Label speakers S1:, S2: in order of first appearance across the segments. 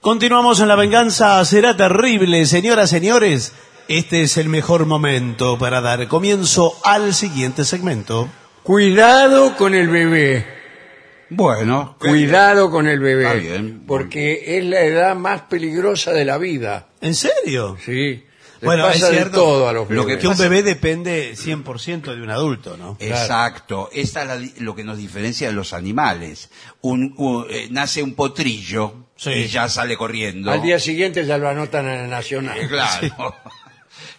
S1: Continuamos en La Venganza Será Terrible. Señoras, señores, este es el mejor momento para dar comienzo al siguiente segmento.
S2: Cuidado con el bebé.
S3: Bueno, que-
S2: Cuidado con el bebé.
S3: Está bien.
S2: Porque es la edad más peligrosa de la vida.
S1: ¿En serio?
S2: Sí. Les
S1: Bueno,
S2: pasa
S1: es
S2: de
S1: cierto
S2: todo a los
S1: lo que,
S2: bebés.
S1: que un bebé depende 100% de un adulto, ¿no?
S2: Eh,
S3: Exacto. Esta es la di- lo que nos diferencia de los animales. Un, u- eh, nace un potrillo
S1: Sí.
S3: y ya sale corriendo.
S2: Al día siguiente ya lo anotan en el Nacional.
S3: Eh, claro.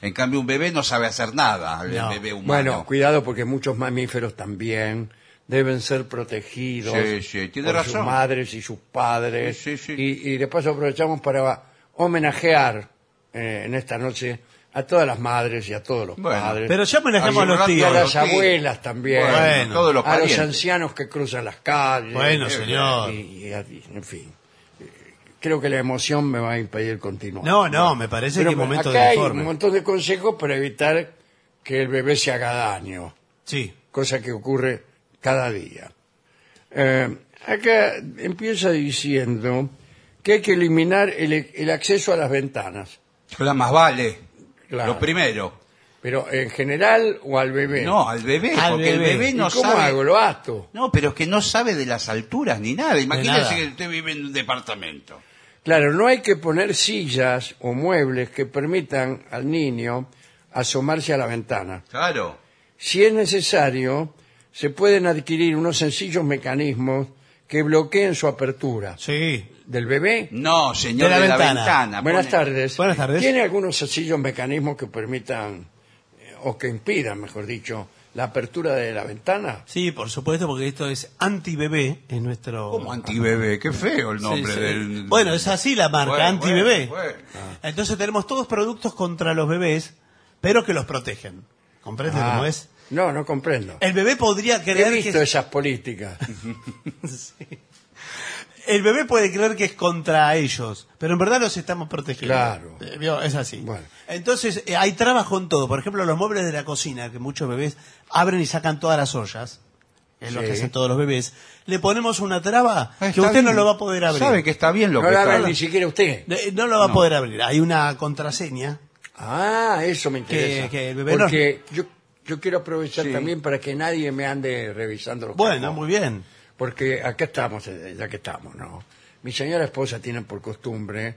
S3: En cambio, un bebé no sabe hacer nada. El
S1: No.
S3: bebé humano.
S2: Bueno, cuidado porque muchos mamíferos también deben ser protegidos
S3: Sí, sí, tiene
S2: por sus
S3: razón.
S2: madres y sus padres.
S3: Sí, sí, sí.
S2: Y, y de paso aprovechamos para homenajear eh, en esta noche a todas las madres y a todos los
S3: Bueno,
S2: padres.
S1: Pero ya manejamos a los
S2: y a
S1: tíos.
S3: Ayudando
S2: las
S3: los tíos.
S2: abuelas también.
S3: Bueno,
S1: Bueno.
S3: todos los
S2: a los
S3: parientes.
S2: ancianos que cruzan las calles. eh,
S1: Bueno, señor.
S2: Y, y a- y, en fin. Eh, Creo que la emoción me va a impedir continuar.
S1: No, no, me parece
S2: Pero
S1: que es momento
S2: acá
S1: de
S2: hay
S1: informe.
S2: un montón de consejos para evitar que el bebé se haga daño,
S1: Sí.
S2: cosa que ocurre cada día. Eh, acá empieza diciendo que hay que eliminar el, el acceso a las ventanas,
S3: Pero más vale.
S2: Claro.
S3: Lo primero.
S2: pero en general o al bebé.
S3: No, al bebé.
S1: Al
S3: porque
S1: bebé.
S3: el bebé
S2: ¿Y
S3: no
S2: ¿Cómo
S3: sabe.
S2: hago? Lo ato.
S3: No, pero es que no sabe de las alturas ni nada. Imagínese
S1: nada.
S3: que usted vive en un departamento.
S2: Claro, no hay que poner sillas o muebles que permitan al niño asomarse a la ventana.
S3: Claro.
S2: Si es necesario, se pueden adquirir unos sencillos mecanismos que bloqueen su apertura.
S1: Sí.
S2: ¿Del bebé?
S3: No, señor
S1: De
S3: de
S1: la
S3: la,
S1: ventana.
S3: ventana.
S2: Buenas
S3: Pone-
S2: tardes.
S1: Buenas tardes.
S2: ¿Tiene algunos sencillos mecanismos que permitan, eh, o que impidan, mejor dicho, la apertura de la ventana?
S1: Sí, por supuesto, porque esto es anti-bebé en nuestro...
S3: ¿Cómo antibebé? Qué feo el nombre
S1: Sí, sí.
S3: del...
S1: Bueno, es así la marca,
S3: Bueno,
S1: anti-bebé.
S3: bueno,
S1: Entonces tenemos todos productos contra los bebés, pero que los protegen. ¿Comprende
S2: Ah,
S1: cómo es?
S2: No, no comprendo.
S1: El bebé podría
S2: He
S1: creer que...
S2: visto
S1: es-
S2: esas políticas.
S1: El bebé puede creer que es contra ellos, pero en verdad los estamos protegiendo.
S2: Claro.
S1: Eh, ¿vio? Es así.
S2: Bueno.
S1: Entonces, eh, hay trabajo en todo. Por ejemplo, los muebles de la cocina, que muchos bebés abren y sacan todas las ollas, es lo
S2: Sí. Ah,
S1: que hacen todos los bebés. Le ponemos una traba
S3: Está
S1: que usted no
S3: bien.
S1: lo va a poder abrir.
S3: Sabe que está bien lo
S2: No
S3: que
S2: la
S3: está
S2: habla ni siquiera usted.
S1: Eh, No lo va a poder abrir. Hay una contraseña.
S2: Ah, eso me interesa.
S1: que el bebé no-
S2: Porque yo, yo quiero aprovechar
S3: Sí.
S2: también para que nadie me ande revisando los
S1: Bueno,
S2: cajones.
S1: muy bien.
S2: Porque acá estamos, eh, ya que estamos, ¿no? Mi señora esposa tiene por costumbre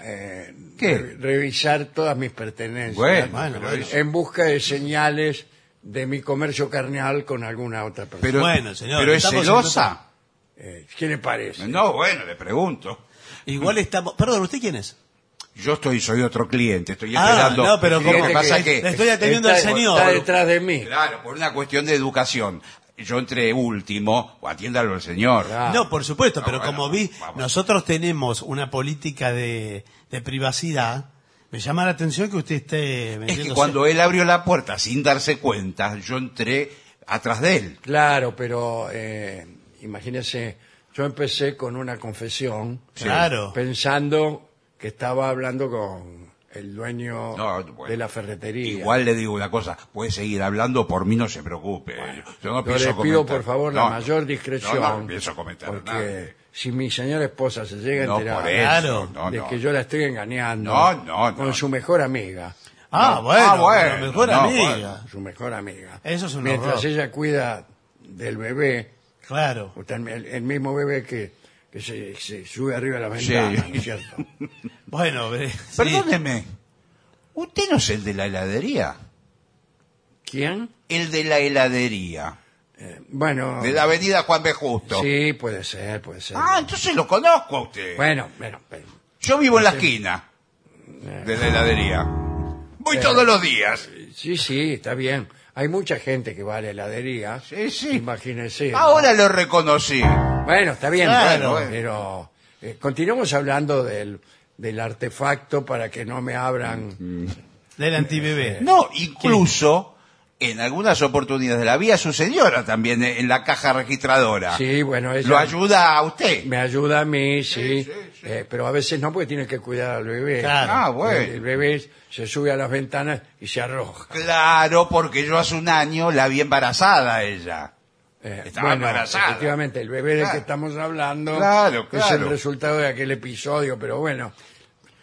S2: eh,
S3: ¿Qué?
S2: re- revisar todas mis pertenencias
S3: Bueno,
S1: Bueno,
S3: pero,
S1: bueno.
S3: es-
S2: en busca de señales de mi comercio carnal con alguna otra persona.
S3: pero-
S1: Bueno, señor,
S3: pero es
S1: estamos en
S3: celosa.
S2: Eh, ¿Qué le parece?
S3: No, bueno, le pregunto.
S1: Igual estamos. Perdón, ¿usted quién es?
S3: Yo estoy, soy otro cliente, estoy
S1: Ah,
S3: esperando.
S1: no, pero
S3: Lo
S2: ¿cómo?
S3: que pasa
S2: Le-
S3: es
S1: le
S3: que,
S1: estoy atendiendo
S2: Está-
S1: al señor.
S2: Está detrás de mí.
S3: claro, por una cuestión de educación. Yo entré último, o atiéndalo al señor.
S2: Claro. Ah.
S1: No, por supuesto,
S3: Ah,
S1: pero
S3: bueno,
S1: como vi,
S3: vamos.
S1: nosotros tenemos una política de, de privacidad. Me llama la atención que usted esté
S3: Es que
S1: metiéndose.
S3: cuando él abrió la puerta sin darse cuenta, yo entré atrás de él.
S2: Claro, pero eh, imagínense, yo empecé con una confesión.
S1: Claro.
S2: Pensando que estaba hablando con el dueño
S3: No, bueno.
S2: de la ferretería.
S3: Igual le digo una cosa, puede seguir hablando, por mí no se preocupe. yo no
S2: Yo
S3: pienso
S2: le pido,
S3: comentar.
S2: por favor,
S3: No,
S2: la
S3: no,
S2: mayor discreción.
S3: No, no pienso comentar
S2: Porque
S3: nada.
S2: si mi señora esposa se llega a
S3: No,
S2: enterar
S3: por
S1: Claro.
S3: eso. No,
S2: de
S3: no.
S2: que yo la estoy engañando
S3: No, no, no.
S2: con su mejor amiga,
S1: Ah,
S3: Ah,
S1: bueno,
S3: bueno,
S1: la mejor
S3: no,
S1: amiga.
S3: bueno.
S2: su mejor amiga,
S1: Eso es un
S2: mientras
S1: horror.
S2: ella cuida del bebé,
S1: Claro.
S2: o tal- el, el mismo bebé que, que se, se sube arriba de la ventana,
S3: Sí.
S2: ¿no es cierto?
S1: Bueno, eh, sí.
S3: Perdóneme, ¿usted no es el de la heladería?
S2: ¿Quién?
S3: El de la heladería,
S2: Eh, bueno,
S3: de la avenida Juan B. Justo.
S2: sí, puede ser, puede ser.
S3: Ah, entonces lo conozco a usted.
S2: bueno, bueno, eh, pero-
S3: Yo vivo en la esquina
S2: Eh.
S3: de la heladería. Voy todos los días.
S2: sí, sí, está bien. Hay mucha gente que va a la heladería.
S3: Sí, sí.
S2: Imagínense. ¿no?
S3: Ahora lo reconocí.
S2: Bueno, está bien,
S1: Claro,
S2: bueno, pero eh, continuemos hablando del, del artefacto para que no me abran.
S1: Del antibebé.
S3: No, incluso en algunas oportunidades de la vía su señora también eh, en la caja registradora.
S2: Sí, bueno, ella
S3: Lo ayuda a usted.
S2: me ayuda a mí, sí,
S3: Sí, sí, sí.
S2: eh, pero a veces no, porque tiene que cuidar al bebé.
S1: Claro.
S3: Ah,
S2: El, el
S3: bueno.
S2: bebé se sube a las ventanas y se arroja.
S3: Claro, porque yo hace un año la vi embarazada a ella.
S2: Eh,
S3: Estaba
S2: bueno,
S3: embarazada.
S2: Efectivamente, el bebé del
S3: Claro.
S2: que estamos hablando
S3: Claro,
S2: es el
S3: claro.
S2: resultado de aquel episodio, pero bueno.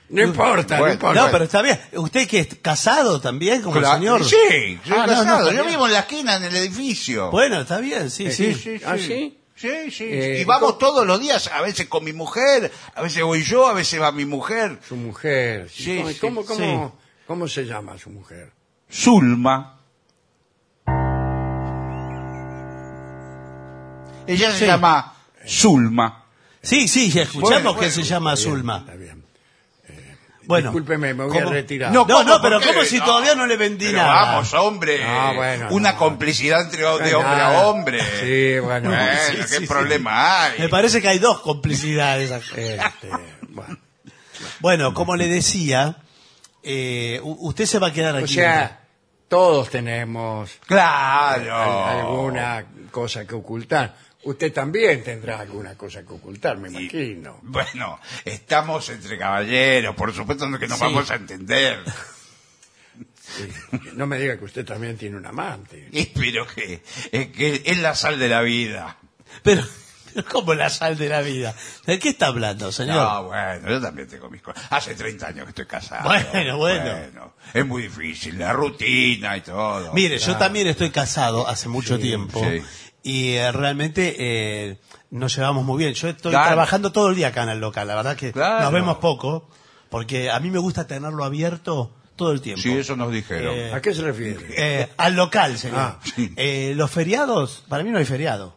S2: No importa, no
S3: Bueno,
S2: importa.
S3: bueno.
S1: No, pero está bien. ¿Usted que es casado también como
S3: Claro.
S1: el señor?
S3: Sí, soy
S1: Ah, no, no,
S3: casado.
S1: está
S3: Yo
S1: bien.
S3: vivo en la esquina, en el edificio.
S1: Bueno, está bien,
S3: Eh,
S1: sí, sí.
S2: ¿Ah, sí?
S3: Sí, sí.
S2: Eh,
S3: y vamos
S2: ¿cómo?
S3: todos los días, a veces con mi mujer, a veces voy yo, a veces va mi mujer.
S2: Su mujer.
S3: Sí,
S2: ¿Cómo,
S3: sí,
S2: cómo, cómo-
S1: sí.
S2: cómo se llama su mujer?
S3: Zulma. Ella se llama Zulma.
S1: Sí, sí, ya escuchamos
S3: Bueno,
S1: que
S3: bueno,
S1: se llama
S2: Está bien,
S1: Zulma.
S2: Está bien.
S1: Bueno.
S2: Discúlpeme, me voy
S1: ¿Cómo?
S2: a retirar.
S1: No, no,
S3: ¿cómo?
S1: pero
S3: ¿Por qué?
S1: ¿cómo si todavía no le vendí
S3: Pero
S1: nada?
S3: Vamos, hombre.
S2: Ah, bueno,
S3: Una
S2: no.
S3: complicidad entre de hombre
S2: Nada.
S3: a hombre.
S2: Ah, Sí, bueno.
S3: Bueno,
S2: sí,
S3: ¿qué
S1: sí,
S3: problema
S1: Me
S3: hay?
S1: parece que hay dos complicidades. acá.
S2: este, bueno.
S1: Bueno, como le decía, eh, u- usted se va a quedar
S2: O
S1: aquí.
S2: sea, todos tenemos
S3: Claro.
S2: al- alguna cosa que ocultar. Usted también tendrá alguna cosa que ocultar, me imagino.
S3: Bueno, estamos entre caballeros, por supuesto que nos
S1: Sí.
S3: vamos a entender.
S2: No me diga que usted también tiene un amante.
S3: Y Pero que es, que es la sal de la vida.
S1: Pero, pero como la sal de la vida. ¿De qué está hablando,
S3: No,
S1: señor?
S3: bueno, yo también tengo mis cosas. Hace 30 años que estoy casado.
S1: Bueno, bueno.
S3: es muy difícil, la rutina y todo.
S1: Mire, yo también estoy casado hace mucho tiempo
S3: sí.
S1: y eh, realmente eh, nos llevamos muy bien. Yo estoy
S3: Claro.
S1: trabajando todo el día acá en el local, la verdad que
S3: Claro.
S1: nos vemos poco, porque a mí me gusta tenerlo abierto todo el tiempo.
S3: Sí, eso nos dijeron.
S1: Eh,
S2: ¿A qué se refiere?
S1: Eh, al local, señor.
S2: Ah,
S3: sí.
S1: Eh, los feriados, para mí no hay feriado.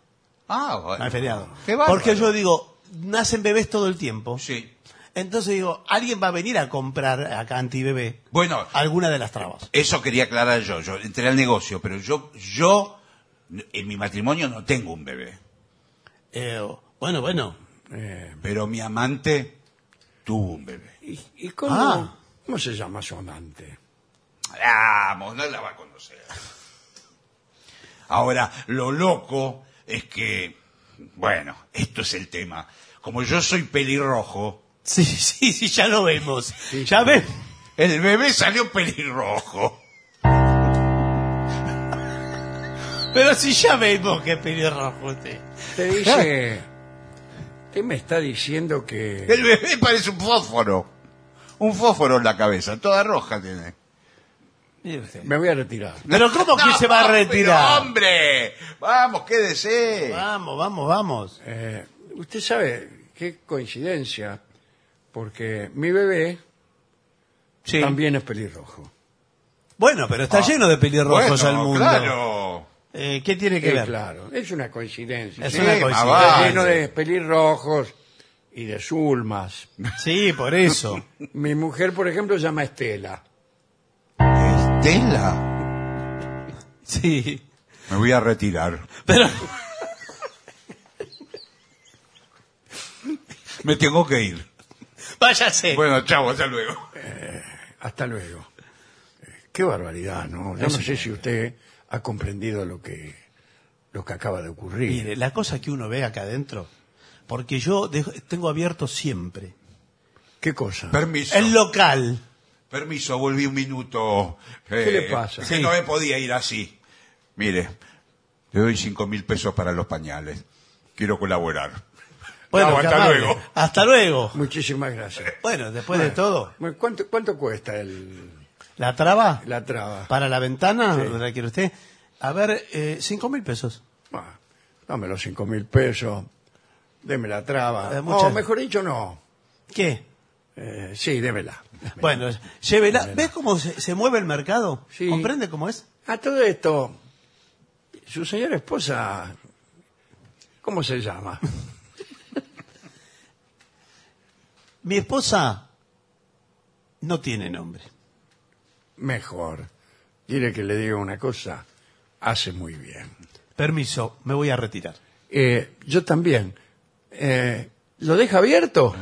S3: ah, bueno.
S1: No hay feriado.
S3: Qué bárbaro.
S1: Porque yo digo, nacen bebés todo el tiempo.
S3: Sí.
S1: Entonces digo, alguien va a venir a comprar acá antibebé
S3: Bueno,
S1: alguna de las trabas.
S3: eso quería aclarar yo. Yo entré al negocio, pero yo, yo, en mi matrimonio no tengo un bebé.
S1: Eh, bueno, bueno.
S2: Eh,
S3: Pero mi amante tuvo un bebé.
S2: ¿Y, y cómo,
S1: Ah.
S2: cómo se llama su amante?
S3: Vamos, no la va a conocer. Ahora, lo loco es que, bueno, esto es el tema. Como yo soy pelirrojo,
S1: Sí, sí, sí, ya lo vemos. ya ven.
S3: el bebé salió pelirrojo.
S1: Pero si ya vemos que pidió rojo usted.
S2: Te dice... Usted me está diciendo que...
S3: El bebé parece un fósforo. Un fósforo en la cabeza, toda roja tiene.
S1: Mire usted.
S2: Me voy a retirar.
S1: Pero ¿cómo que
S3: No,
S1: se va a
S3: pero
S1: retirar?
S3: ¡Hombre! Vamos, quédese.
S1: Vamos, vamos, vamos.
S2: Eh, usted sabe qué coincidencia, porque mi bebé
S1: Sí.
S2: también es pelirrojo.
S1: Bueno, pero está lleno de pelirrojos
S3: Bueno,
S1: al mundo.
S3: Claro.
S1: Eh, ¿Qué tiene que
S2: Eh,
S1: ver?
S2: claro, es una coincidencia.
S1: Es
S3: Sí,
S1: una
S3: más
S1: coincidencia.
S3: vale.
S2: Está lleno de pelirrojos y de zulmas.
S1: Sí, por eso.
S2: Mi mujer, por ejemplo, se llama Estela.
S3: Estela.
S1: Sí.
S3: Me voy a retirar.
S1: Pero,
S3: Me tengo que ir.
S1: váyase.
S3: Bueno, chao, hasta luego.
S2: Hasta luego. Eh, Qué barbaridad, ¿no? Yo no sé si usted ha comprendido lo que, lo que acaba de ocurrir.
S1: Mire, la cosa que uno ve acá adentro, porque yo dejo- tengo abierto siempre
S2: ¿Qué cosa?
S3: Permiso.
S1: el local.
S3: Permiso, volví un minuto. Eh,
S2: ¿Qué le pasa?
S3: Que
S1: Sí.
S3: no me podía ir así. Mire, le doy cinco mil pesos para los pañales. Quiero colaborar.
S1: Bueno,
S3: Chao,
S1: qué
S3: hasta
S1: amable.
S3: luego.
S1: Hasta luego.
S2: Muchísimas gracias.
S1: Bueno, después de todo,
S2: Bueno, ¿Cuánto, cuánto cuesta el,
S1: la traba
S2: la traba?
S1: para la ventana, ¿verdad la quiere usted. A ver, eh, cinco mil pesos.
S2: Bah, dame los cinco mil pesos, deme la traba.
S1: Eh, muchas-
S2: o mejor dicho, no.
S1: ¿Qué?
S2: Eh, sí, démela.
S1: Bueno, llévela. ¿Ves cómo se, se mueve el mercado?
S2: Sí.
S1: ¿Comprende cómo es?
S2: A todo esto, su señora esposa, ¿cómo se llama?
S1: Mi esposa no tiene nombre.
S2: Mejor. Quiere que le diga una cosa. Hace muy bien.
S1: Permiso, me voy a retirar.
S2: Eh, yo también. Eh, ¿Lo deja abierto?